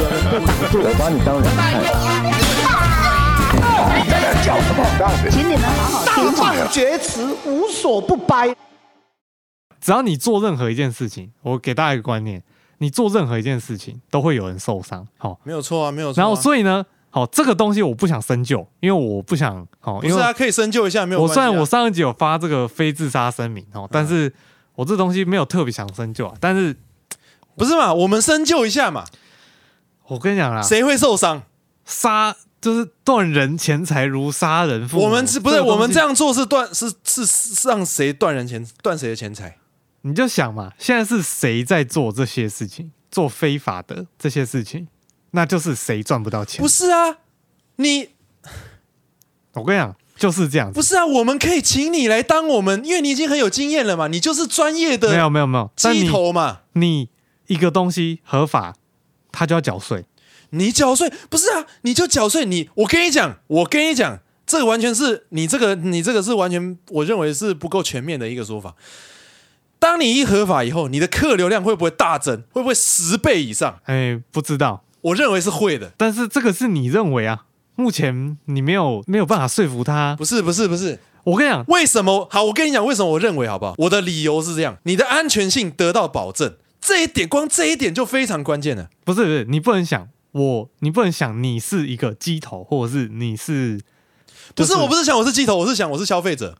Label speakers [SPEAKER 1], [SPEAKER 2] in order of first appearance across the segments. [SPEAKER 1] 我把你当人看。
[SPEAKER 2] 请你们好好听话。
[SPEAKER 3] 放厥词，无所不掰。
[SPEAKER 4] 只要你做任何一件事情，我给大家一个观念：你做任何一件事情都会有人受伤。好、
[SPEAKER 5] 没有错啊，没有错、啊。
[SPEAKER 4] 然后所以呢，好、这个东西我不想深究，因为我不想好、
[SPEAKER 5] 不
[SPEAKER 4] 因
[SPEAKER 5] 是
[SPEAKER 4] 为
[SPEAKER 5] 啊，可以深究一下，没有
[SPEAKER 4] 我
[SPEAKER 5] 关系
[SPEAKER 4] 虽
[SPEAKER 5] 啊、嗯
[SPEAKER 4] 然我上一集有发这个非自杀声明哦，但是我这东西没有特别想深究啊。但是
[SPEAKER 5] 不是嘛，我们深究一下嘛，
[SPEAKER 4] 我跟你讲啦，
[SPEAKER 5] 谁会受伤？
[SPEAKER 4] 杀就是断人钱财如杀人父母。
[SPEAKER 5] 我们是不是
[SPEAKER 4] 个东
[SPEAKER 5] 我
[SPEAKER 4] 西
[SPEAKER 5] 们这？样做是断是是是让谁断人钱断谁的钱财？
[SPEAKER 4] 你就想嘛，现在是谁在做这些事情，做非法的这些事情，那就是谁赚不到钱
[SPEAKER 5] 不。是啊，你
[SPEAKER 4] 我跟你讲，就是这样子
[SPEAKER 5] 不。是啊，我们可以请你来当我们，因为你已经很有经验了嘛，你就是专业
[SPEAKER 4] 没有
[SPEAKER 5] 的
[SPEAKER 4] 没有没有，但
[SPEAKER 5] 鸡
[SPEAKER 4] 你
[SPEAKER 5] 头嘛，
[SPEAKER 4] 你一个东西合法，它就要缴税。
[SPEAKER 5] 你缴税不是啊，你就缴税，你我跟你讲，我跟你讲，这个完全是你这个你这个是完全我认为是不够全面的一个说法。当你一合法以后，你的客流量会不会大增？会不会十倍以上？
[SPEAKER 4] 哎，不知道，
[SPEAKER 5] 我认为是会的。
[SPEAKER 4] 但是这个是你认为啊，目前你没有没有办法说服他。
[SPEAKER 5] 不是不是不是，
[SPEAKER 4] 我跟你讲，
[SPEAKER 5] 为什么？好，我跟你讲，为什么我认为好不好？我的理由是这样：你的安全性得到保证，这一点光这一点就非常关键了。
[SPEAKER 4] 不是不是，你不能想我，你不能想你是一个鸡头，或者是你是
[SPEAKER 5] 不
[SPEAKER 4] 就
[SPEAKER 5] 是，
[SPEAKER 4] 是
[SPEAKER 5] 我不是想我是鸡头，我是想我是消费者。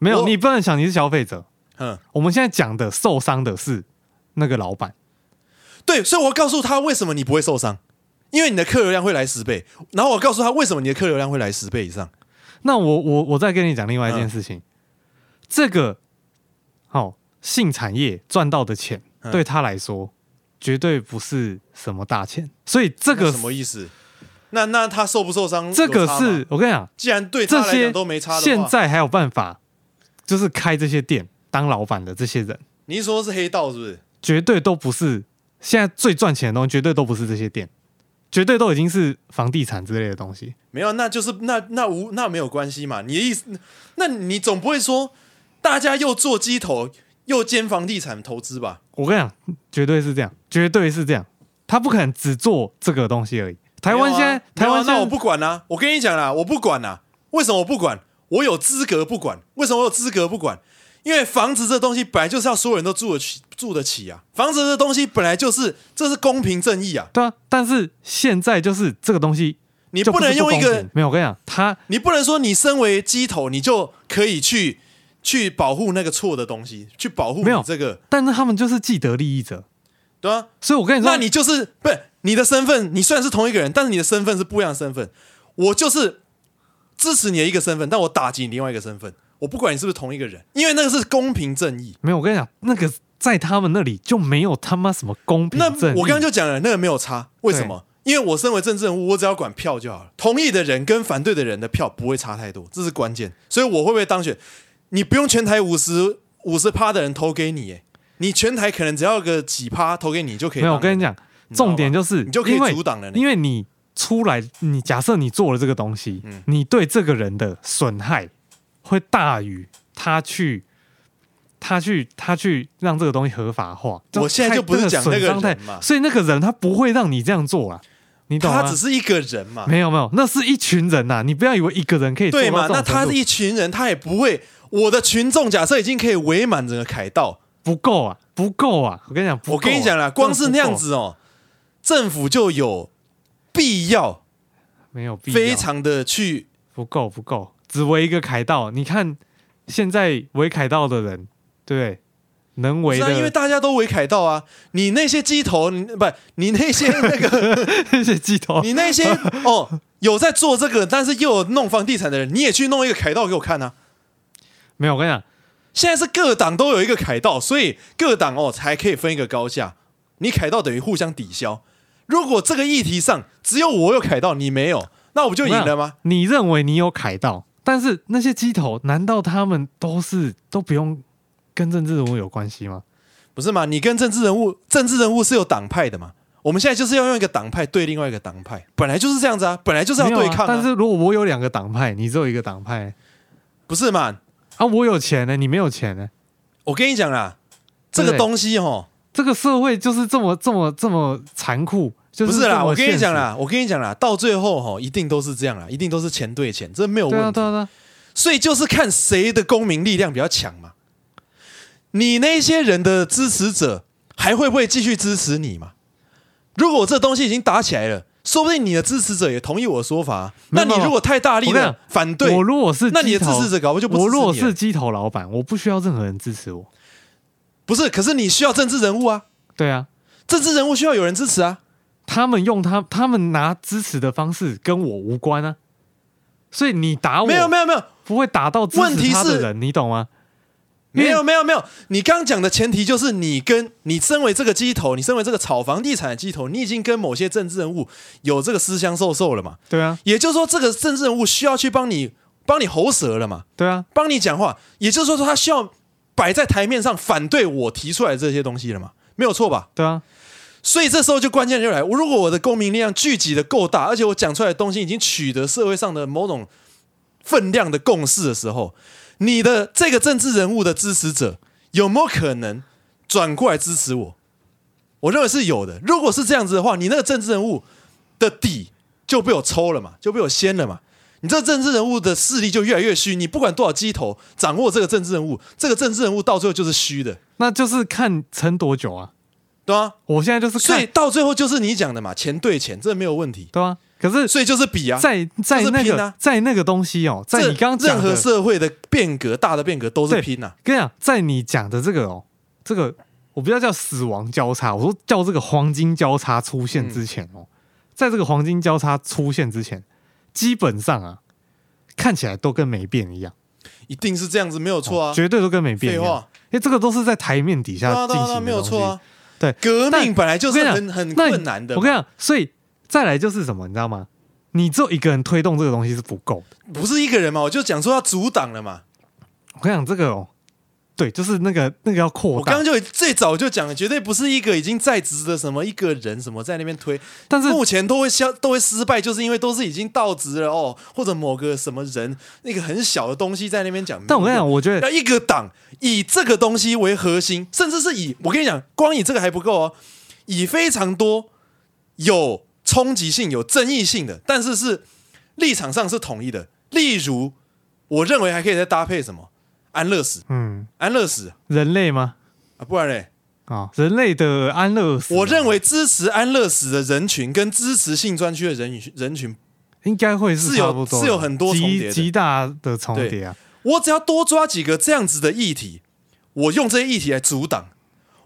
[SPEAKER 4] 没有，
[SPEAKER 5] 我
[SPEAKER 4] 你不能想你是消费者。
[SPEAKER 5] 嗯，
[SPEAKER 4] 我们现在讲的受伤的是那个老板，
[SPEAKER 5] 对，所以我要告诉他为什么你不会受伤，因为你的客流量会来十倍。然后我告诉他为什么你的客流量会来十倍以上。
[SPEAKER 4] 那我我我再跟你讲另外一件
[SPEAKER 5] 嗯
[SPEAKER 4] 事情，这个哦性产业赚到的钱、
[SPEAKER 5] 嗯
[SPEAKER 4] 对他来说绝对不是什么大钱，所以这
[SPEAKER 5] 那
[SPEAKER 4] 个
[SPEAKER 5] 什么意思？那那他受不受伤？
[SPEAKER 4] 这个
[SPEAKER 5] 有差吗
[SPEAKER 4] 是我跟你讲，
[SPEAKER 5] 既然对
[SPEAKER 4] 这
[SPEAKER 5] 他来
[SPEAKER 4] 些
[SPEAKER 5] 讲都没差的话，
[SPEAKER 4] 现在还有办法，就是开这些店当老板的这些人，
[SPEAKER 5] 你一说是黑道是不是？
[SPEAKER 4] 绝对都不是现在最赚钱的东西，绝对都不是这些店，绝对都已经是房地产之类的东西。
[SPEAKER 5] 没有，那就是那那无那没有关系嘛。你的意思，那你总不会说大家又做鸡头又兼房地产投资吧？
[SPEAKER 4] 我跟你讲，绝对是这样，绝对是这样，他不可能只做这个东西而已。台湾现在，
[SPEAKER 5] 没
[SPEAKER 4] 台
[SPEAKER 5] 有啊没有啊
[SPEAKER 4] 湾现
[SPEAKER 5] 那
[SPEAKER 4] 在
[SPEAKER 5] 我不管啦、我跟你讲啦，我不管啦、啊为什么我不管？我有资格不管？为什么我有资格不管？因为房子这东西本来就是要所有人都住得起，住得起啊。房子这东西本来就是这是公平正义啊。
[SPEAKER 4] 对啊，但是现在就是这个东西
[SPEAKER 5] 你
[SPEAKER 4] 就不
[SPEAKER 5] 不能
[SPEAKER 4] 是不
[SPEAKER 5] 用一
[SPEAKER 4] 公
[SPEAKER 5] 个
[SPEAKER 4] 平没有，我跟你讲，他
[SPEAKER 5] 你不能说你身为鸡头，你就可以去去保护那个错的东西，去保护
[SPEAKER 4] 没有
[SPEAKER 5] 你这个，
[SPEAKER 4] 但是他们就是既得利益者，
[SPEAKER 5] 对啊。
[SPEAKER 4] 所以我跟你说，
[SPEAKER 5] 那你就是不是你的身份？你虽然是同一个人，但是你的身份是不一样的身份。我就是支持你的一个身份，但我打击你另外一个身份。我不管你是不是同一个人，因为那个是公平正义。
[SPEAKER 4] 没有，我跟你讲，那个在他们那里就没有他妈什么公平
[SPEAKER 5] 那
[SPEAKER 4] 正义。
[SPEAKER 5] 我刚刚就讲了，那个没有差，为什么？因为我身为政治人物，我只要管票就好了。同意的人跟反对的人的票不会差太多，这是关键。所以我会不会当选？你不用全台五十五十趴的人投给你，哎，你全台可能只要个几趴投给你就可
[SPEAKER 4] 没
[SPEAKER 5] 以当
[SPEAKER 4] 有，我
[SPEAKER 5] 了。
[SPEAKER 4] 跟你讲，
[SPEAKER 5] 你知道吧
[SPEAKER 4] 重点就是
[SPEAKER 5] 你就可以
[SPEAKER 4] 因为
[SPEAKER 5] 阻挡了你
[SPEAKER 4] 因为你出来，你假设你做了这个东西，
[SPEAKER 5] 嗯
[SPEAKER 4] 你对这个人的损害会大于他去。他去，他去让这个东西合法化。
[SPEAKER 5] 我现在就不是讲那个
[SPEAKER 4] 损伤太
[SPEAKER 5] 人嘛
[SPEAKER 4] 所以那个人他不会让你这样做啊，你懂吗？
[SPEAKER 5] 他只是一个人嘛，
[SPEAKER 4] 没有没有，那是一群人呐、你不要以为一个人可以做到
[SPEAKER 5] 对嘛？
[SPEAKER 4] 这
[SPEAKER 5] 那
[SPEAKER 4] 种程
[SPEAKER 5] 他
[SPEAKER 4] 度
[SPEAKER 5] 一群人，他也不会。我的群众假设已经可以围满整个凯道，
[SPEAKER 4] 不够啊，不够啊！我跟你讲，不够啊
[SPEAKER 5] 我跟你讲啦，光是那样，子哦，政府就有必要
[SPEAKER 4] 真的不够没有必要，
[SPEAKER 5] 非常的去
[SPEAKER 4] 不够不够，只围一个凯道。你看现在围凯道的人，对不对？能围
[SPEAKER 5] 是
[SPEAKER 4] 的，
[SPEAKER 5] 啊，因为大家都围凯道啊。你那些鸡头，你不，你那些那个，
[SPEAKER 4] 那些鸡头，
[SPEAKER 5] 你那些哦，有在做这个，但是又有弄房地产的人，你也去弄一个凯道给我看啊。
[SPEAKER 4] 没有。我跟你讲，
[SPEAKER 5] 现在是各党都有一个凯道，所以各党哦才可以分一个高下。你凯道等于互相抵消。如果这个议题上只有我有凯道，你没有，那我不就赢了吗？
[SPEAKER 4] 我跟你讲？你认为你有凯道，但是那些鸡头，难道他们都是都不用跟政治人物有关系吗？
[SPEAKER 5] 不是吗？你跟政治人物，政治人物是有党派的嘛？我们现在就是要用一个党派对另外一个党派，本来就是这样子啊，本来就是要
[SPEAKER 4] 没有
[SPEAKER 5] 对抗、
[SPEAKER 4] 啊。但是如果我有两个党派，你只有一个党派
[SPEAKER 5] 不是嘛？
[SPEAKER 4] 啊，我有钱呢、你没有钱呢、
[SPEAKER 5] 我跟你讲啦，这个
[SPEAKER 4] 对
[SPEAKER 5] 东西哦，
[SPEAKER 4] 这个社会就是这么这么这么残酷，就
[SPEAKER 5] 不
[SPEAKER 4] 这
[SPEAKER 5] 是啦，
[SPEAKER 4] 么
[SPEAKER 5] 我跟你
[SPEAKER 4] 现
[SPEAKER 5] 讲
[SPEAKER 4] 实，
[SPEAKER 5] 啦，我跟你讲啦，到最后哦哈，一定都是这样啦，一定都是钱对钱，这没有问
[SPEAKER 4] 对
[SPEAKER 5] 题。
[SPEAKER 4] 啊对啊对啊，
[SPEAKER 5] 所以就是看谁的公民力量比较强嘛。你那些人的支持者还会不会继续支持你嘛？如果这东西已经打起来了，说不定你的支持者也同意我的说法啊。
[SPEAKER 4] 没
[SPEAKER 5] 那
[SPEAKER 4] 有
[SPEAKER 5] 你如果太大力
[SPEAKER 4] 我跟你讲
[SPEAKER 5] 了，反嗯对
[SPEAKER 4] 我，如果是
[SPEAKER 5] 那你的
[SPEAKER 4] 鸡头
[SPEAKER 5] 支持者搞不好就不支持
[SPEAKER 4] 我如果
[SPEAKER 5] 你了
[SPEAKER 4] 是鸡头老板，我不需要任何人支持我。
[SPEAKER 5] 不是？可是你需要政治人物啊，
[SPEAKER 4] 对啊，
[SPEAKER 5] 政治人物需要有人支持啊。
[SPEAKER 4] 他们用他他们拿支持的方式跟我无关啊，所以你啊打我
[SPEAKER 5] 没有没有没有
[SPEAKER 4] 不会打到支
[SPEAKER 5] 问
[SPEAKER 4] 持
[SPEAKER 5] 题
[SPEAKER 4] 他的
[SPEAKER 5] 是
[SPEAKER 4] 人，你懂吗？因为
[SPEAKER 5] 没有没有没有，你刚讲的前提就是你跟你身为这个鸡头，你身为这个炒房地产的鸡头，你已经跟某些政治人物有这个私相授受了嘛？
[SPEAKER 4] 对啊
[SPEAKER 5] 也就是说，这个政治人物需要去帮你帮你喉舌了嘛，
[SPEAKER 4] 对啊，
[SPEAKER 5] 帮你讲话，也就是说，他需要摆在台面上反对我提出来的这些东西了嘛，没有错吧？
[SPEAKER 4] 对啊，
[SPEAKER 5] 所以这时候就关键就来，我如果我的公民力量聚集的够大，而且我讲出来的东西已经取得社会上的某种分量的共识的时候，你的这个政治人物的支持者有没有可能转过来支持我？我认为是有的。如果是这样子的话，你那个政治人物的底就被我抽了嘛，就被我掀了嘛。你这个政治人物的势力就越来越虚，你不管多少鸡头掌握这个政治人物，这个政治人物到最后就是虚的，
[SPEAKER 4] 那就是看撑多久啊。
[SPEAKER 5] 对吗？
[SPEAKER 4] 我现在就是
[SPEAKER 5] 所
[SPEAKER 4] 看
[SPEAKER 5] 以到最后就是你讲的嘛，钱对钱，这没有问题。
[SPEAKER 4] 对啊，可是
[SPEAKER 5] 所以就是比啊，
[SPEAKER 4] 在在
[SPEAKER 5] 就是
[SPEAKER 4] 那
[SPEAKER 5] 拼
[SPEAKER 4] 个、
[SPEAKER 5] 啊
[SPEAKER 4] 在那个东西哦，在
[SPEAKER 5] 这
[SPEAKER 4] 你刚刚讲
[SPEAKER 5] 任何
[SPEAKER 4] 的，
[SPEAKER 5] 社会的变革，大的变革都是
[SPEAKER 4] 对
[SPEAKER 5] 拼呐、啊。
[SPEAKER 4] 跟你讲，在你讲的这个哦，这个我不要叫死亡交叉，我说叫这个黄金交叉出现之前
[SPEAKER 5] 嗯
[SPEAKER 4] 哦，在这个黄金交叉出现之前，基本上啊，看起来都跟没变一样，
[SPEAKER 5] 一定是这样子，没有错啊。
[SPEAKER 4] 绝对都跟没变一
[SPEAKER 5] 废
[SPEAKER 4] 样
[SPEAKER 5] 话，
[SPEAKER 4] 因为这个都是在台面底
[SPEAKER 5] 对
[SPEAKER 4] 下
[SPEAKER 5] 啊对
[SPEAKER 4] 进
[SPEAKER 5] 啊对啊
[SPEAKER 4] 行
[SPEAKER 5] 没
[SPEAKER 4] 的
[SPEAKER 5] 有
[SPEAKER 4] 东西。
[SPEAKER 5] 错啊。
[SPEAKER 4] 对，
[SPEAKER 5] 革命
[SPEAKER 4] 但
[SPEAKER 5] 本来就
[SPEAKER 4] 我
[SPEAKER 5] 是
[SPEAKER 4] 跟你
[SPEAKER 5] 很
[SPEAKER 4] 讲
[SPEAKER 5] 很
[SPEAKER 4] 那你
[SPEAKER 5] 困难的嘛。
[SPEAKER 4] 我跟你讲，所以再来就是什么，你知道吗？你只有一个人推动这个东西是不够的。
[SPEAKER 5] 不是一个人嘛，我就讲说要阻挡了嘛。
[SPEAKER 4] 我跟你讲，这个哦，对，就是那个那个要扩
[SPEAKER 5] 我刚
[SPEAKER 4] 大
[SPEAKER 5] 刚，就最早就讲了，绝对不是一个已经在职的什么一个人什么在那边推，
[SPEAKER 4] 但是
[SPEAKER 5] 目前都会消都会失败，就是因为都是已经到职了哦，或者某个什么人那个很小的东西在那边讲。
[SPEAKER 4] 但我跟你讲，我觉
[SPEAKER 5] 那
[SPEAKER 4] 得
[SPEAKER 5] 一个党以这个东西为核心，甚至是以我跟你讲，光以这个还不够哦，以非常多有冲击性、有争议性的，但是是立场上是统一的。例如，我认为还可以再搭配什么安乐死，
[SPEAKER 4] 嗯，
[SPEAKER 5] 安乐死
[SPEAKER 4] 人类吗？
[SPEAKER 5] 啊，不然嘞，
[SPEAKER 4] 啊、人类的安乐死，
[SPEAKER 5] 我认为支持安乐死的人群跟支持性专区的人群人群，
[SPEAKER 4] 应该会是
[SPEAKER 5] 是有
[SPEAKER 4] 差不多的
[SPEAKER 5] 是有很多重叠
[SPEAKER 4] 极
[SPEAKER 5] 的
[SPEAKER 4] 极大的重叠啊。
[SPEAKER 5] 我只要多抓几个这样子的议题，我用这些议题来阻挡。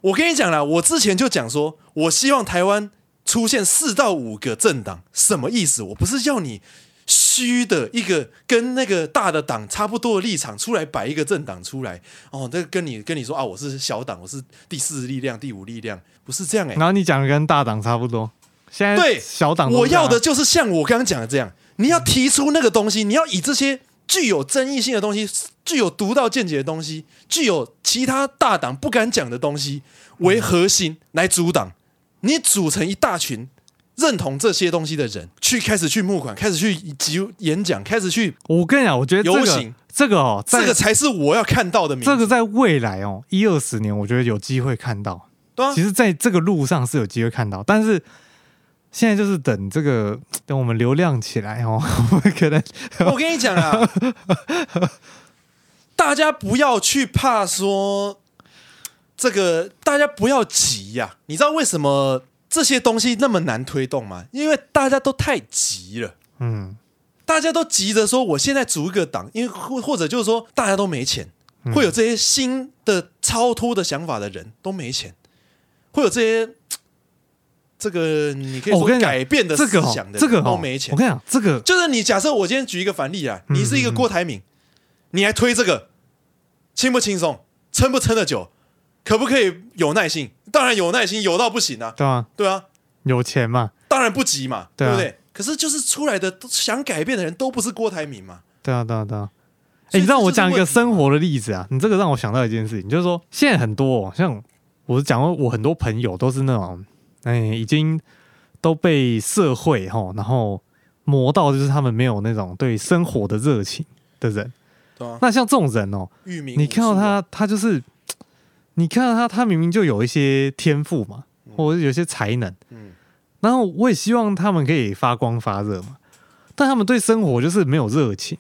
[SPEAKER 5] 我跟你讲啦，我之前就讲说，我希望台湾出现四到五个政党，什么意思？我不是要你虚的一个跟那个大的党差不多的立场出来摆一个政党出来，哦，那跟你跟你说啊，我是小党，我是第四力量、第五力量，不是这样哎、
[SPEAKER 4] 然后你讲的跟大党差不多，现在
[SPEAKER 5] 对
[SPEAKER 4] 小党都
[SPEAKER 5] 我
[SPEAKER 4] 这样啊
[SPEAKER 5] 要的就是像我刚刚讲的这样，你要提出那个东西，你要以这些具有争议性的东西、具有独到见解的东西、具有其他大党不敢讲的东西为核心来阻挡。你组成一大群认同这些东西的人，去开始去募款，开始去集演讲，开始去，
[SPEAKER 4] 啊我跟你讲，我觉得这
[SPEAKER 5] 游
[SPEAKER 4] 个
[SPEAKER 5] 行
[SPEAKER 4] 这个哦，在
[SPEAKER 5] 这个才是我要看到的名字。
[SPEAKER 4] 这个在未来哦一二十年，我觉得有机会看到。
[SPEAKER 5] 对啊
[SPEAKER 4] 其实在这个路上是有机会看到，但是现在就是等这个等我们流量起来哦， 我们可能
[SPEAKER 5] 我跟你讲啊，大家不要去怕说这个，大家不要急呀、你知道为什么这些东西那么难推动吗？因为大家都太急了。
[SPEAKER 4] 嗯
[SPEAKER 5] 大家都急着说，我现在组一个党，因为或或者就是说，大家都没钱，
[SPEAKER 4] 嗯
[SPEAKER 5] 会有这些新的超脱的想法的人都没钱，会有这些嘖这个你可以
[SPEAKER 4] 哦我跟
[SPEAKER 5] 说
[SPEAKER 4] 你讲
[SPEAKER 5] 改变的
[SPEAKER 4] 这
[SPEAKER 5] 思
[SPEAKER 4] 个哦
[SPEAKER 5] 想的
[SPEAKER 4] 这个
[SPEAKER 5] 人都
[SPEAKER 4] 哦
[SPEAKER 5] 没钱
[SPEAKER 4] 我。跟你讲这个
[SPEAKER 5] 就是你假设我今天举一个反例啊，
[SPEAKER 4] 嗯
[SPEAKER 5] 你是一个郭台铭，你还推这个，轻不轻松，撑不撑得久，可不可以有耐心？当然有耐心，有到不行啊，
[SPEAKER 4] 对吗？
[SPEAKER 5] 对啊，
[SPEAKER 4] 有钱嘛，
[SPEAKER 5] 当然不急嘛，
[SPEAKER 4] 对
[SPEAKER 5] 对
[SPEAKER 4] 啊
[SPEAKER 5] 不对？可是就是出来的都想改变的人都不是郭台铭嘛，
[SPEAKER 4] 对啊，对啊，对啊。哎、
[SPEAKER 5] 所以
[SPEAKER 4] 你让
[SPEAKER 5] 这
[SPEAKER 4] 我
[SPEAKER 5] 就是
[SPEAKER 4] 讲一个
[SPEAKER 5] 问题
[SPEAKER 4] 生活的例子啊，你这个让我想到一件事情，就是说现在很多、哦、像我讲过，我很多朋友都是那种，哎、已经都被社会吼，然后磨到就是他们没有那种对生活的热情的人。
[SPEAKER 5] 对啊，
[SPEAKER 4] 那像这种人哦，
[SPEAKER 5] 域名
[SPEAKER 4] 你看到
[SPEAKER 5] 无数啊，
[SPEAKER 4] 他，他就是你看到他，他明明就有一些天赋嘛，或者有一些才能，
[SPEAKER 5] 嗯
[SPEAKER 4] 然后我也希望他们可以发光发热嘛，但他们对生活就是没有热情。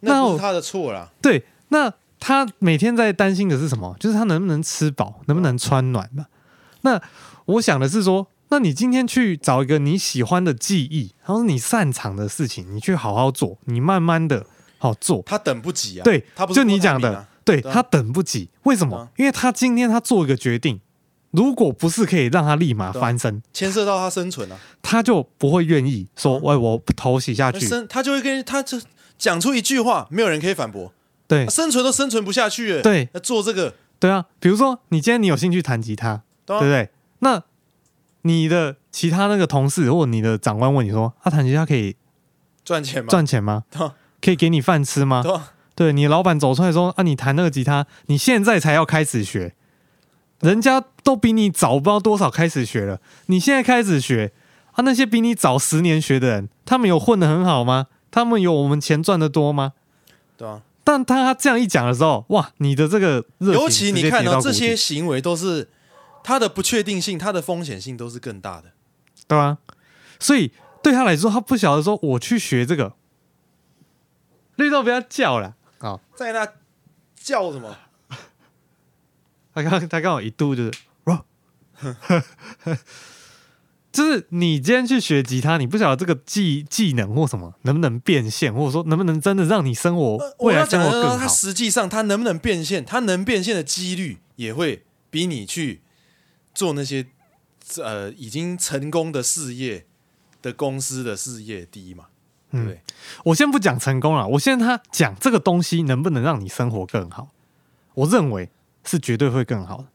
[SPEAKER 5] 那
[SPEAKER 4] 那
[SPEAKER 5] 不
[SPEAKER 4] 我
[SPEAKER 5] 是他的错啦。
[SPEAKER 4] 对，那他每天在担心的是什么？就是他能不能吃饱，能不能穿暖嘛？那我想的是说，那你今天去找一个你喜欢的技艺，然后你擅长的事情，你去好好做，你慢慢的好做。
[SPEAKER 5] 他等不及啊。
[SPEAKER 4] 对，
[SPEAKER 5] 他不是
[SPEAKER 4] 就你
[SPEAKER 5] 郭台
[SPEAKER 4] 讲
[SPEAKER 5] 铭
[SPEAKER 4] 的
[SPEAKER 5] 啊，
[SPEAKER 4] 对
[SPEAKER 5] 对啊
[SPEAKER 4] 他等不及，为什
[SPEAKER 5] 对啊
[SPEAKER 4] 么？因为他今天他做一个决定，如果不是可以让他立马
[SPEAKER 5] 对啊
[SPEAKER 4] 翻身，
[SPEAKER 5] 牵涉到他生存啊，
[SPEAKER 4] 他就不会愿意说，喂，我头洗下
[SPEAKER 5] 那
[SPEAKER 4] 去，
[SPEAKER 5] 生他就会跟他就讲出一句话，没有人可以反驳，
[SPEAKER 4] 对
[SPEAKER 5] 生存都生存不下去了。
[SPEAKER 4] 对
[SPEAKER 5] 那做这个
[SPEAKER 4] 对啊。比如说，你今天你有兴趣弹吉他，
[SPEAKER 5] 对啊
[SPEAKER 4] 对不对？那你的其他那个同事或你的长官问你说，啊他、弹吉他可以
[SPEAKER 5] 赚钱嘛，
[SPEAKER 4] 赚钱 吗
[SPEAKER 5] 对啊？
[SPEAKER 4] 可以给你饭吃吗
[SPEAKER 5] 对？啊吧？
[SPEAKER 4] 对你老板走出来说啊，你弹那个吉他，你现在才要开始学，人家都比你早不知道多少开始学了，你现在开始学啊，那些比你早十年学的人，他们有混得很好吗？他们有我们钱赚得多吗？
[SPEAKER 5] 对啊吧？
[SPEAKER 4] 但他这样一讲的时候，哇，你的这个热情
[SPEAKER 5] 尤
[SPEAKER 4] 直
[SPEAKER 5] 其
[SPEAKER 4] 接
[SPEAKER 5] 你看啊
[SPEAKER 4] 跌到
[SPEAKER 5] 到
[SPEAKER 4] 谷
[SPEAKER 5] 这些
[SPEAKER 4] 底，
[SPEAKER 5] 行为都是他的不确定性，他的风险性都是更大的。
[SPEAKER 4] 对吧、所以对他来说，他不晓得说我去学这个，绿豆不要叫了，好、
[SPEAKER 5] 在那叫什么？
[SPEAKER 4] 他刚他刚好一度就是，哇 就是你今天去学吉他，你不晓得这个技技能或什么能不能变现，或者说能不能真的让你生活
[SPEAKER 5] 呃我
[SPEAKER 4] 未
[SPEAKER 5] 要
[SPEAKER 4] 来生
[SPEAKER 5] 讲
[SPEAKER 4] 活
[SPEAKER 5] 的是说，
[SPEAKER 4] 更
[SPEAKER 5] 他
[SPEAKER 4] 好。
[SPEAKER 5] 实际上他能不能变现，他能变现的几率也会比你去做那些呃已经成功的事业的公司的事业低嘛，对嗯不对？
[SPEAKER 4] 嗯我先不讲成功了，我先他讲这个东西能不能让你生活更好，我认为是绝对会更好的，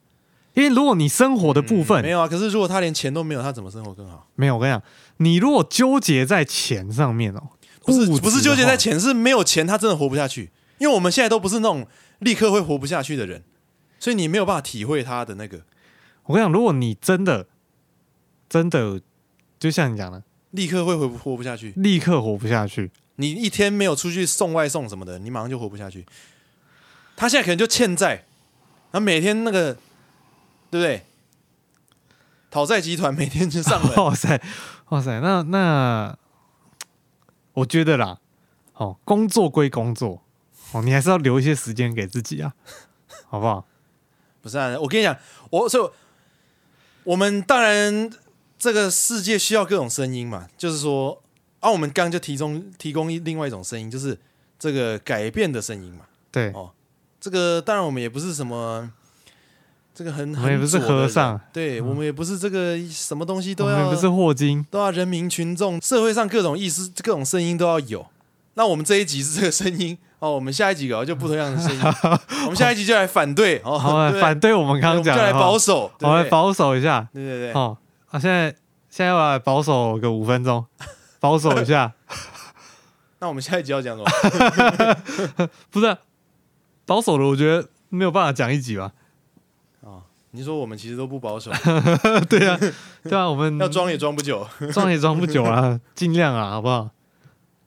[SPEAKER 4] 因为如果你生活的部分、
[SPEAKER 5] 没有啊，可是如果他连钱都没有，他怎么生活更好？
[SPEAKER 4] 没有，我跟你讲，你如果纠结在钱上面哦，
[SPEAKER 5] 不是
[SPEAKER 4] 物质
[SPEAKER 5] 不是纠结
[SPEAKER 4] 的话
[SPEAKER 5] 在，钱，是没有钱他真的活不下去。因为我们现在都不是那种立刻会活不下去的人，所以你没有办法体会他的那个
[SPEAKER 4] 我跟你讲，如果你真的真的就像你讲的，
[SPEAKER 5] 立刻会活不活不下去。
[SPEAKER 4] 立刻活不下去。
[SPEAKER 5] 你一天没有出去送外送什么的，你马上就活不下去。他现在可能就欠债，然后每天那个，对不对？讨债集团每天就上门，
[SPEAKER 4] 哇塞，哇塞，那那我觉得啦，哦，工作归工作，哦，你还是要留一些时间给自己 啊，好不好？
[SPEAKER 5] 不是、啊？我跟你讲，我所以我们当然这个世界需要各种声音嘛，就是说，啊，我们刚刚就提供提供另外一种声音，就是这个改变的声音嘛。
[SPEAKER 4] 对，
[SPEAKER 5] 哦这个当然我们也不是什么，这个很
[SPEAKER 4] 我
[SPEAKER 5] 很
[SPEAKER 4] 们也不是
[SPEAKER 5] 左的人啊
[SPEAKER 4] 和尚，嗯
[SPEAKER 5] 对、我们也不是这个什么东西
[SPEAKER 4] 我
[SPEAKER 5] 都
[SPEAKER 4] 们
[SPEAKER 5] 要
[SPEAKER 4] 不是霍 金，
[SPEAKER 5] 都要人民群众社会上各种意思、各种声音都要有。那我们这一集是这个声音哦，我们下一集搞就不同样的 声音，我们下一集就来反对哦，
[SPEAKER 4] 好，啊来
[SPEAKER 5] 对
[SPEAKER 4] 反对我们刚刚
[SPEAKER 5] 我们就
[SPEAKER 4] 讲
[SPEAKER 5] 来
[SPEAKER 4] 的
[SPEAKER 5] 保
[SPEAKER 4] 话，
[SPEAKER 5] 守，对
[SPEAKER 4] 好
[SPEAKER 5] 不
[SPEAKER 4] 来
[SPEAKER 5] 对？
[SPEAKER 4] 保守一下，
[SPEAKER 5] 对对对，
[SPEAKER 4] 哦，啊，现在现在要来保守个五分钟，保守一下，
[SPEAKER 5] 那我们下一集 要讲什么？
[SPEAKER 4] 不是啊、保守的，我觉得没有办法讲一集吧？
[SPEAKER 5] 你说我们其实都 不保守，
[SPEAKER 4] 对啊，对啊，我们
[SPEAKER 5] 要装也装不 久，
[SPEAKER 4] 装也装不久 啊，尽量啊，好不好？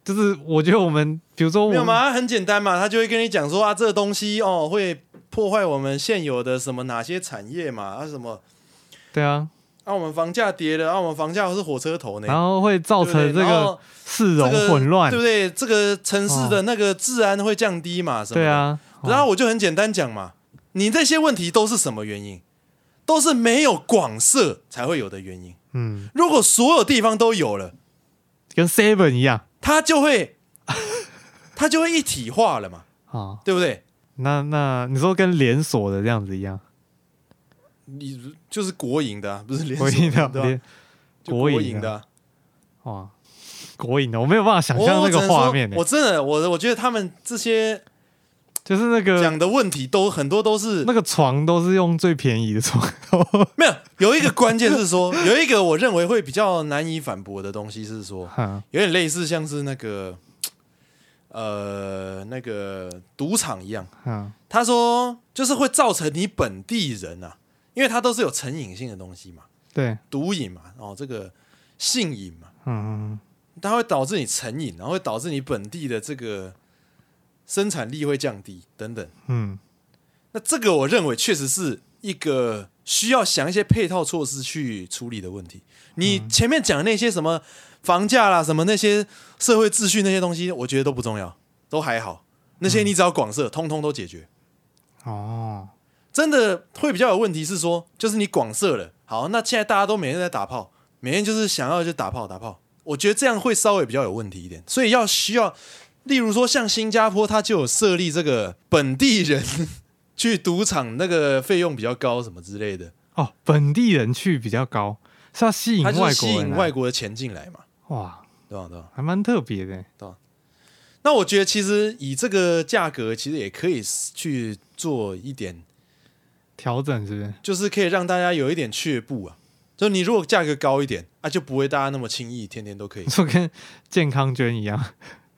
[SPEAKER 4] 就是我觉得我们，比如说我
[SPEAKER 5] 没有
[SPEAKER 4] 们
[SPEAKER 5] 嘛？很简单嘛，他就会跟你讲说啊，这个东西哦会破坏我们现有的什么哪些产业嘛，啊什么
[SPEAKER 4] 对啊，
[SPEAKER 5] 啊我们房价跌了，啊我们房价是火车头呢，
[SPEAKER 4] 然后会造
[SPEAKER 5] 对不对
[SPEAKER 4] 成这
[SPEAKER 5] 然后
[SPEAKER 4] 个市容
[SPEAKER 5] 这个
[SPEAKER 4] 啊混乱，哦
[SPEAKER 5] 对不对？这个城市的那个治安会降低嘛？什么的
[SPEAKER 4] 对。啊，
[SPEAKER 5] 然后我就很简单讲嘛，你这些问题都是什么原因？都是没有广设才会有的原因。
[SPEAKER 4] 嗯，
[SPEAKER 5] 如果所有地方都有了，
[SPEAKER 4] 跟 Seven 一样
[SPEAKER 5] 它就会 它就会一体化了嘛，
[SPEAKER 4] 啊。
[SPEAKER 5] 对不对？
[SPEAKER 4] 那那你说跟连锁的这样子一样，
[SPEAKER 5] 你就是国营的、啊，不是连锁
[SPEAKER 4] 国营的
[SPEAKER 5] 对吧
[SPEAKER 4] 连
[SPEAKER 5] 就国
[SPEAKER 4] 国营
[SPEAKER 5] 的啊。
[SPEAKER 4] 哇，国营的，我没有办法想象
[SPEAKER 5] 哦我
[SPEAKER 4] 那
[SPEAKER 5] 只能
[SPEAKER 4] 个
[SPEAKER 5] 说
[SPEAKER 4] 画面、
[SPEAKER 5] 我
[SPEAKER 4] 欸，
[SPEAKER 5] 真的我我觉得他们这些
[SPEAKER 4] 就是那个
[SPEAKER 5] 讲的问题都很多都是
[SPEAKER 4] 那个床都是用最便宜的床，
[SPEAKER 5] 没有，有一个关键 是说，有一个我认为会比较难以反驳的东西是说，
[SPEAKER 4] 哈
[SPEAKER 5] 有点类似像是那个，呃，那个赌场一样。
[SPEAKER 4] 哈，
[SPEAKER 5] 他说，就是会造成你本地人啊，因为他都是有成瘾性的东西嘛，
[SPEAKER 4] 对，
[SPEAKER 5] 毒瘾嘛，哦，这个性瘾嘛，
[SPEAKER 4] 嗯，
[SPEAKER 5] 它会导致你成瘾，然后会导致你本地的这个生产力会降低等等。
[SPEAKER 4] 嗯嗯
[SPEAKER 5] 那这个我认为确实是一个需要想一些配套措施去处理的问题。你前面讲那些什么房价啦，什么那些社会秩序那些东西，我觉得都不重要，都还好。那些你只要广设，通通都解决。
[SPEAKER 4] 哦，
[SPEAKER 5] 真的会比较有问题是说，就是你广设了，好，那现在大家都每天在打炮，每天就是想要就打炮打炮，我觉得这样会稍微比较有问题一点，所以要需要，例如说像新加坡，它就有设立这个本地人 去赌场那个费用比较高什么之类的，
[SPEAKER 4] 哦，本地人去比较高，是要吸引
[SPEAKER 5] 它
[SPEAKER 4] 外
[SPEAKER 5] 就是
[SPEAKER 4] 国
[SPEAKER 5] 吸
[SPEAKER 4] 人
[SPEAKER 5] 引
[SPEAKER 4] 啊、
[SPEAKER 5] 外国的钱进来嘛，
[SPEAKER 4] 哇，
[SPEAKER 5] 对吧？对吧？
[SPEAKER 4] 还蛮特别的。
[SPEAKER 5] 那我觉得其实以这个价格，其实也可以去做一点，
[SPEAKER 4] 调整是不是？
[SPEAKER 5] 就是可以让大家有一点却步啊。就你如果价格高一点啊，就不会大家那么轻易天天都可以
[SPEAKER 4] 你说跟健康捐一样，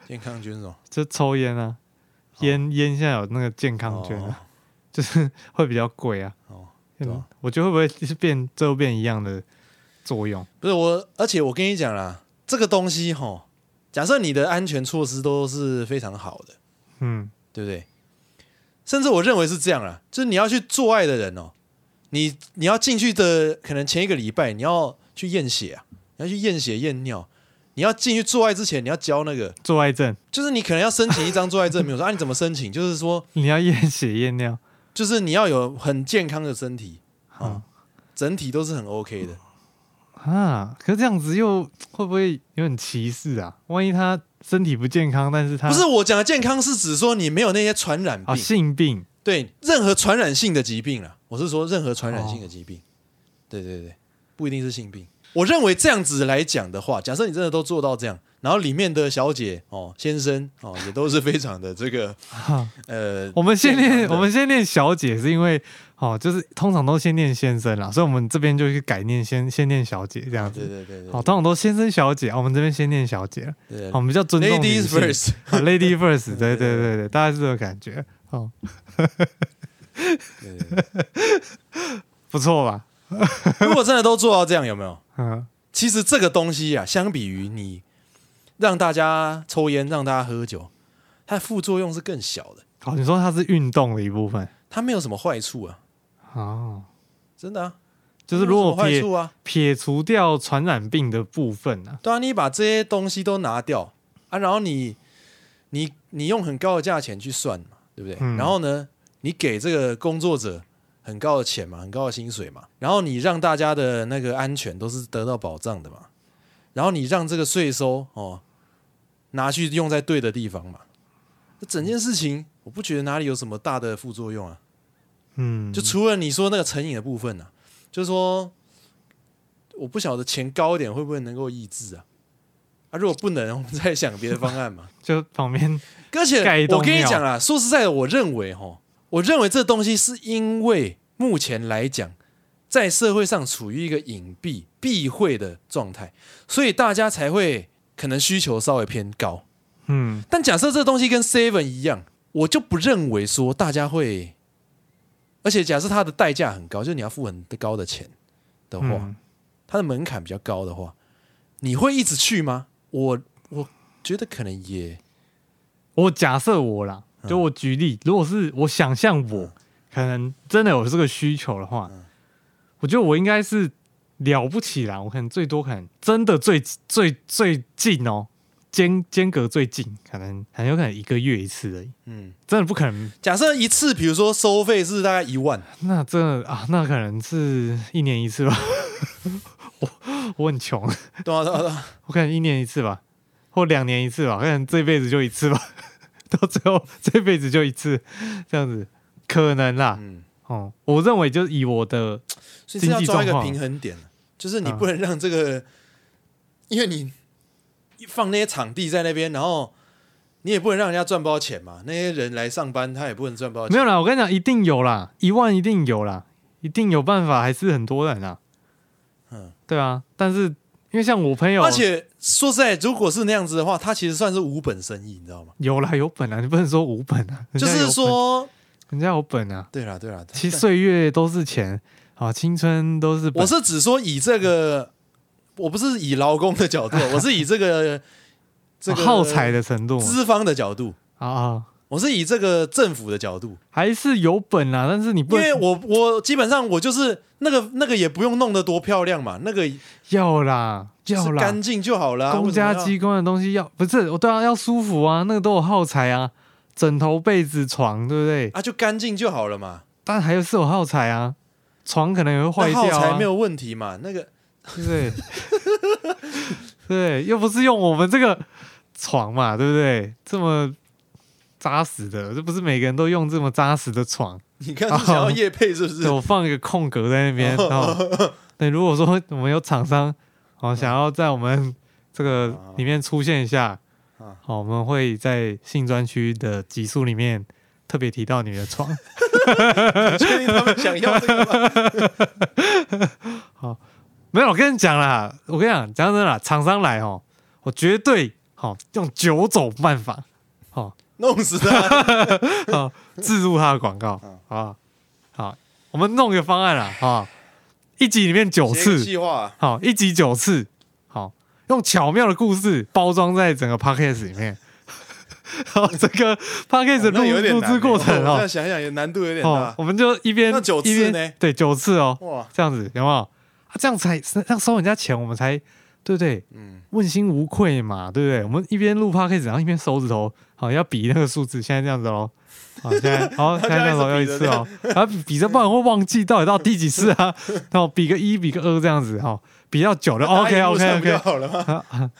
[SPEAKER 5] 健康捐种
[SPEAKER 4] 就抽烟啊，
[SPEAKER 5] 哦
[SPEAKER 4] 烟烟现在有那个健康捐啊，就是会比较贵啊。
[SPEAKER 5] 哦，对
[SPEAKER 4] 嗯
[SPEAKER 5] 啊，
[SPEAKER 4] 我觉得会不会就是变最后变一样的作用？
[SPEAKER 5] 不是我，而且我跟你讲啦，这个东西哈，假设你的安全措施都是非常好的，
[SPEAKER 4] 嗯，
[SPEAKER 5] 对不对？甚至我认为是这样啦，就是你要去做爱的人哦，你你要进去的可能前一个礼拜你要去验血啊，你要去验血验尿，你要进去做爱之前你要交那个，
[SPEAKER 4] 做爱症
[SPEAKER 5] 就是你可能要申请一张做爱证明。我说啊，你怎么申请？就是说，
[SPEAKER 4] 你要验血验尿，
[SPEAKER 5] 就是你要有很健康的身体
[SPEAKER 4] 嗯
[SPEAKER 5] 啊，整体都是很 OK 的。
[SPEAKER 4] 啊，可是这样子又会不会有点歧视啊？万一他身体不健康，但是他
[SPEAKER 5] 不是我讲的健康，是指说你没有那些传染
[SPEAKER 4] 啊
[SPEAKER 5] 病，
[SPEAKER 4] 性病
[SPEAKER 5] 对任何传染性的疾病啦，我是说任何传染性的疾病，对对对，不一定是性病。我认为这样子来讲的话，假设你真的都做到这样，然后里面的小姐哦、先生哦，也都是非常的这个
[SPEAKER 4] 啊？
[SPEAKER 5] 呃，
[SPEAKER 4] 我们先
[SPEAKER 5] 健
[SPEAKER 4] 练
[SPEAKER 5] 康的
[SPEAKER 4] 我们先练小姐，是因为哦，就是通常都先练先生啦，所以我们这边就去改念先先练小姐这样子。
[SPEAKER 5] 对
[SPEAKER 4] 哦
[SPEAKER 5] 对对对，
[SPEAKER 4] 好，通常都先生小姐，哦我们这边先念小姐了，
[SPEAKER 5] 对
[SPEAKER 4] 好 我们比较尊重
[SPEAKER 5] Ladies
[SPEAKER 4] 女性
[SPEAKER 5] first
[SPEAKER 4] 好，Lady first，对对 对对，大概是这个感觉，哦，
[SPEAKER 5] 对对对
[SPEAKER 4] 不错吧？
[SPEAKER 5] 如果真的都做到这样，有没有？
[SPEAKER 4] 嗯，
[SPEAKER 5] 其实这个东西啊，相比于你让大家抽烟、让大家喝酒，它的副作用是更小的，
[SPEAKER 4] 好，你说它是运动的一部分，
[SPEAKER 5] 它没有什么坏处啊，
[SPEAKER 4] 哦，
[SPEAKER 5] 真的啊，
[SPEAKER 4] 就是如果
[SPEAKER 5] 它没有
[SPEAKER 4] 撇
[SPEAKER 5] 什么坏处啊，
[SPEAKER 4] 撇除掉传染病的部分啊，
[SPEAKER 5] 对啊，你把这些东西都拿掉啊，然后你你你用很高的价钱去算嘛，对不对？
[SPEAKER 4] 嗯
[SPEAKER 5] 然后呢，你给这个工作者很高的钱嘛，很高的薪水嘛，然后你让大家的那个安全都是得到保障的嘛，然后你让这个税收哦拿去用在对的地方嘛，这整件事情我不觉得哪里有什么大的副作用啊。
[SPEAKER 4] 嗯，
[SPEAKER 5] 就除了你说那个成瘾的部分呢、啊，就是说，我不晓得钱高一点会不会能够抑制啊？啊，如果不能，我们再想别的方案嘛。
[SPEAKER 4] 就旁边
[SPEAKER 5] 而且
[SPEAKER 4] 盖一栋
[SPEAKER 5] 我跟你
[SPEAKER 4] 庙
[SPEAKER 5] 讲啊，说实在的，我认为哈，我认为这东西是因为目前来讲，在社会上处于一个隐蔽避讳的状态，所以大家才会可能需求稍微偏高。
[SPEAKER 4] 嗯
[SPEAKER 5] 但假设这东西跟 Seven 一样，我就不认为说大家会，而且假设它的代价很高，就是你要付很高的钱的话，
[SPEAKER 4] 嗯
[SPEAKER 5] 它的门槛比较高的话，你会一直去吗？我我觉得可能也
[SPEAKER 4] 我假设我啦，
[SPEAKER 5] 嗯
[SPEAKER 4] 就我举例，如果是我想象我可能真的有这个需求的话，
[SPEAKER 5] 嗯
[SPEAKER 4] 我觉得我应该是了不起啦，我可能最多可能真的最最最近哦，间间隔最近，可能很有可能一个月一次而已，
[SPEAKER 5] 嗯，
[SPEAKER 4] 真的不可能，
[SPEAKER 5] 假设一次，比如说收费是大概一万，
[SPEAKER 4] 那真的啊，那可能是一年一次吧， 我我很穷，
[SPEAKER 5] 对吧、对吧、对吧
[SPEAKER 4] 我可能一年一次吧，或两年一次吧，可能这辈子就一次吧， 到最后这辈子就一次，这样子可能啦。
[SPEAKER 5] 嗯，
[SPEAKER 4] 哦，我认为就是以我的，
[SPEAKER 5] 所以这要抓
[SPEAKER 4] 经济
[SPEAKER 5] 一个
[SPEAKER 4] 状况嗯
[SPEAKER 5] 平衡点，就是你不能让这 个，因为你放那些场地在那边，然后你也不能让人家赚包钱嘛。那些人来上班，他也不能赚包钱。
[SPEAKER 4] 没有啦，我跟你讲，一定有啦，一万一定有啦，一定有办法，还是很多人啦。
[SPEAKER 5] 嗯
[SPEAKER 4] 嗯，对啊，但是因为像我朋友，
[SPEAKER 5] 而且说实在，如果是那样子的话，他其实算是无本生意，你知道吗？
[SPEAKER 4] 有啦有本啊，你不能说无本啊，人
[SPEAKER 5] 就
[SPEAKER 4] 家有
[SPEAKER 5] 是
[SPEAKER 4] 本，
[SPEAKER 5] 说，
[SPEAKER 4] 人家有本啊，
[SPEAKER 5] 对啦对啦，
[SPEAKER 4] 其实
[SPEAKER 5] 但
[SPEAKER 4] 岁月都是钱，啊，青春都是本
[SPEAKER 5] 我是只说以这个，我不是以劳工 的角度，我是以这个这个
[SPEAKER 4] 哦啊耗财的程度嘛
[SPEAKER 5] 资方的角度，
[SPEAKER 4] 啊啊，
[SPEAKER 5] 我是以这个政府的角度，
[SPEAKER 4] 还是有本啊，但是你不
[SPEAKER 5] 因
[SPEAKER 4] 能
[SPEAKER 5] 为我我基本上我就是那个那个也不用弄得多漂亮嘛，那个
[SPEAKER 4] 要啦，
[SPEAKER 5] 就是
[SPEAKER 4] 要啦
[SPEAKER 5] 干，啊净就好了、
[SPEAKER 4] 公家机关的东西要不是，我对啊，要舒服啊，那个都有耗材啊，枕头、被子、床，对不对？
[SPEAKER 5] 啊，就干净就好了嘛，
[SPEAKER 4] 但还有是有耗材啊，床可能也会坏
[SPEAKER 5] 那耗
[SPEAKER 4] 掉
[SPEAKER 5] 材
[SPEAKER 4] 啊，
[SPEAKER 5] 没有问题嘛，那个
[SPEAKER 4] 对不对？对，又不是用我们这个床嘛，对不对？这么扎实的，这不是每个人都用这么扎实的床。
[SPEAKER 5] 你看是想要叶配是不是？
[SPEAKER 4] 啊对我放一个空格在那边，然 后对，如果说我们有厂商
[SPEAKER 5] 嗯
[SPEAKER 4] 哦想要在我们这个里面出现一下，
[SPEAKER 5] 啊
[SPEAKER 4] 好、我们会在性专区的集数里面特别提到你的床。
[SPEAKER 5] 确定他们想要这个吗？
[SPEAKER 4] 没有，我跟你讲啦，我跟你讲，讲真的啦，厂商来哦，我绝对好、用九种办 法
[SPEAKER 5] 弄 死他！
[SPEAKER 4] 啊置入他的广告
[SPEAKER 5] 嗯
[SPEAKER 4] 啊，好，我们弄一个方案啦啊，一集里面九
[SPEAKER 5] 写个
[SPEAKER 4] 次。
[SPEAKER 5] 计划
[SPEAKER 4] 好，一集九次，好，用巧妙的故事包装在整个 podcast 里面。 好，整个 podcast 的
[SPEAKER 5] 那有
[SPEAKER 4] 录
[SPEAKER 5] 点
[SPEAKER 4] 录
[SPEAKER 5] 难欸。
[SPEAKER 4] 制过程
[SPEAKER 5] 我现在
[SPEAKER 4] 哦，
[SPEAKER 5] 想一想也难度有点
[SPEAKER 4] 哦
[SPEAKER 5] 大，。
[SPEAKER 4] 我们就一边
[SPEAKER 5] 那九次
[SPEAKER 4] 一边
[SPEAKER 5] 呢
[SPEAKER 4] 对，九次哦，
[SPEAKER 5] 哇，
[SPEAKER 4] 这样子有没有？啊，这样才这样收人家钱，我们才对不对？
[SPEAKER 5] 嗯，
[SPEAKER 4] 问心无愧嘛，对不对？我们一边录 podcast，然后一边手指头，好要比那个数字，现在这样子喽。好，现在好，现在这样子
[SPEAKER 5] 大家
[SPEAKER 4] 有
[SPEAKER 5] 一
[SPEAKER 4] 一
[SPEAKER 5] 直
[SPEAKER 4] 次
[SPEAKER 5] 比
[SPEAKER 4] 哦，然后比着不然会忘记到底到第几次啊？然后比个一，比个二这样子哈，比到九的 OK
[SPEAKER 5] 大
[SPEAKER 4] OK
[SPEAKER 5] 家啊一路上不就
[SPEAKER 4] OK，
[SPEAKER 5] 好了吗？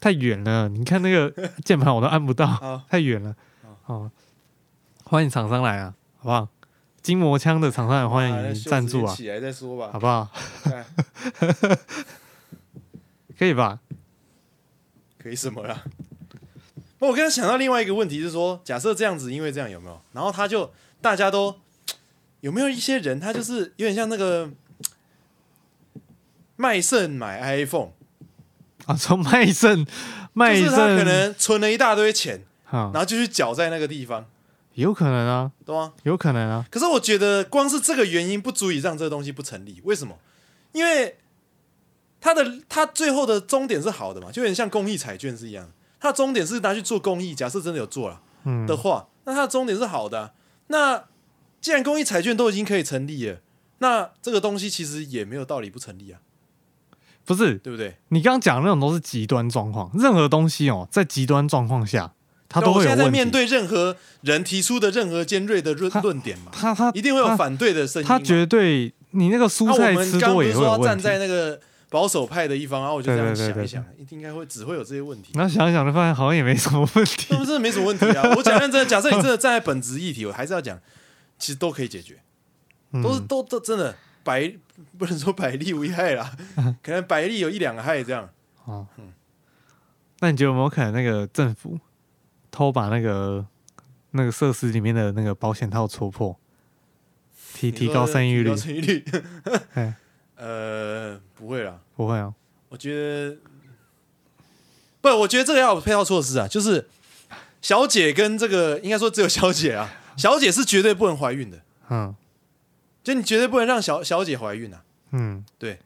[SPEAKER 4] 太远了，你看那 个键盘我都按不到
[SPEAKER 5] 好，
[SPEAKER 4] 太远了。哦，欢迎厂商来啊，好不好？筋膜枪的厂商也欢
[SPEAKER 5] 啊那
[SPEAKER 4] 迎
[SPEAKER 5] 休
[SPEAKER 4] 赞
[SPEAKER 5] 息
[SPEAKER 4] 助啊，
[SPEAKER 5] 起来再说吧
[SPEAKER 4] 好。不好？
[SPEAKER 5] 哎
[SPEAKER 4] 可以吧？
[SPEAKER 5] 可以什么啦？不，我刚刚想到另外一个问题是说，假设这样子，因为这样有没有？然后他就大家都有没有一些人，他就是有点像那个卖肾买 iPhone，
[SPEAKER 4] 啊，从卖肾，卖
[SPEAKER 5] 就是
[SPEAKER 4] 肾
[SPEAKER 5] 他可能存了一大堆钱，
[SPEAKER 4] 啊
[SPEAKER 5] 然，后就去缴在那个地方，
[SPEAKER 4] 有可能啊，
[SPEAKER 5] 懂吗？
[SPEAKER 4] 有可能啊，
[SPEAKER 5] 可是我觉得光是这个原因不足以让这个东西不成立。为什么？因为它的它最后的终点是好的嘛，就有点像公益彩券是一样的，它的终点是拿去做公益。假设真的有做了
[SPEAKER 4] 嗯
[SPEAKER 5] 的话，那它的终点是好的啊、那既然公益彩券都已经可以成立了，那这个东西其实也没有道理不成立啊，
[SPEAKER 4] 不是，
[SPEAKER 5] 对不对？
[SPEAKER 4] 你刚刚讲的那种都是极端状况，任何东西哦，在极端状况下，它
[SPEAKER 5] 对啊
[SPEAKER 4] 都
[SPEAKER 5] 我
[SPEAKER 4] 会有
[SPEAKER 5] 现在在
[SPEAKER 4] 问
[SPEAKER 5] 面
[SPEAKER 4] 题。
[SPEAKER 5] 对任何人提出的任何尖锐的论论点嘛，
[SPEAKER 4] 他他
[SPEAKER 5] 一定会有
[SPEAKER 4] 他
[SPEAKER 5] 反对的声音嘛。
[SPEAKER 4] 他绝对，你那个蔬
[SPEAKER 5] 那
[SPEAKER 4] 菜
[SPEAKER 5] 我
[SPEAKER 4] 吃
[SPEAKER 5] 们刚
[SPEAKER 4] 多
[SPEAKER 5] 不是
[SPEAKER 4] 也会
[SPEAKER 5] 说
[SPEAKER 4] 有
[SPEAKER 5] 要
[SPEAKER 4] 问
[SPEAKER 5] 站
[SPEAKER 4] 题。
[SPEAKER 5] 在那个保守派的一方，然啊后我就这样
[SPEAKER 4] 对对对
[SPEAKER 5] 想
[SPEAKER 4] 对
[SPEAKER 5] 一想，一定应该会只会有这些问题。
[SPEAKER 4] 然后想一想就发现好像也没什么问题
[SPEAKER 5] 那 不。是没什么问题啊！我讲认真的，假设你真的站在本质议题，我还是要讲，其实都可以解决，都是
[SPEAKER 4] 嗯
[SPEAKER 5] 都都真的百不能说百利无一害 啦，可能百利有一两个害这样。
[SPEAKER 4] 哦，那你觉得有没有可能那个政府偷把那个那个设施里面的那个保险套戳破，提提高生育率
[SPEAKER 5] 提高？生育率，
[SPEAKER 4] 哎，
[SPEAKER 5] 呃，不会啦，
[SPEAKER 4] 不会啊，
[SPEAKER 5] 我觉得不，我觉得这个要有配套措施啊，就是小姐跟这个应该说只有小姐啊，小姐是绝对不能怀孕的。
[SPEAKER 4] 嗯
[SPEAKER 5] 就你绝对不能让小小姐怀孕啊！
[SPEAKER 4] 嗯，
[SPEAKER 5] 对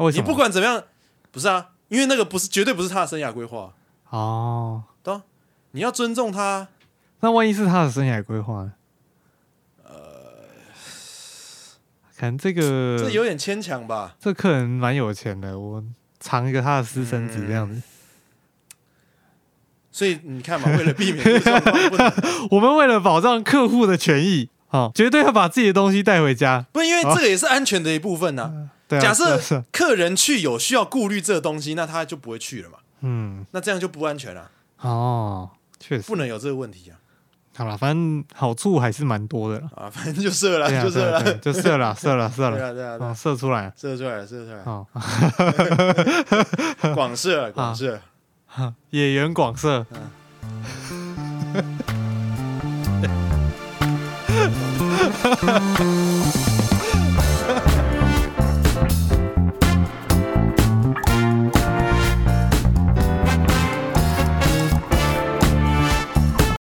[SPEAKER 4] 为什
[SPEAKER 5] 你
[SPEAKER 4] 么？
[SPEAKER 5] 不管怎么样，不是啊，因为那个不是绝对不是她的生涯规划，
[SPEAKER 4] 哦，
[SPEAKER 5] 对、啊，你要尊重她。
[SPEAKER 4] 那万一是他的生涯规划呢？呃，可能这个
[SPEAKER 5] 这有点牵强吧？
[SPEAKER 4] 这客人蛮有钱的，我藏一个他的私生子这样子。
[SPEAKER 5] 嗯所以你看嘛，为了避免这个状况 不能
[SPEAKER 4] 我们为了保障客户的权益，哦，绝对要把自己的东西带回家。
[SPEAKER 5] 不是因为这个也是安全的一部分呐、
[SPEAKER 4] 对啊，
[SPEAKER 5] 假
[SPEAKER 4] 是啊
[SPEAKER 5] 设
[SPEAKER 4] 是啊
[SPEAKER 5] 客人去有需要顾虑这个东西，那他就不会去了嘛，
[SPEAKER 4] 嗯，
[SPEAKER 5] 那这样就不安全了、
[SPEAKER 4] 哦，确实
[SPEAKER 5] 不，能有这个问题啊！
[SPEAKER 4] 好了，反正好处还是蛮多的啦。
[SPEAKER 5] 啊，反正就射了，
[SPEAKER 4] 对啊，
[SPEAKER 5] 就
[SPEAKER 4] 对
[SPEAKER 5] 射
[SPEAKER 4] 啊，对啊
[SPEAKER 5] 了，
[SPEAKER 4] 就射了，射了，射
[SPEAKER 5] 对啊，
[SPEAKER 4] 了，
[SPEAKER 5] 对啊，对
[SPEAKER 4] 哦，
[SPEAKER 5] 啊，
[SPEAKER 4] 射出来了，
[SPEAKER 5] 射出来了，射出来了，
[SPEAKER 4] 哦， 啊
[SPEAKER 5] 广射，广射。
[SPEAKER 4] 野原广射，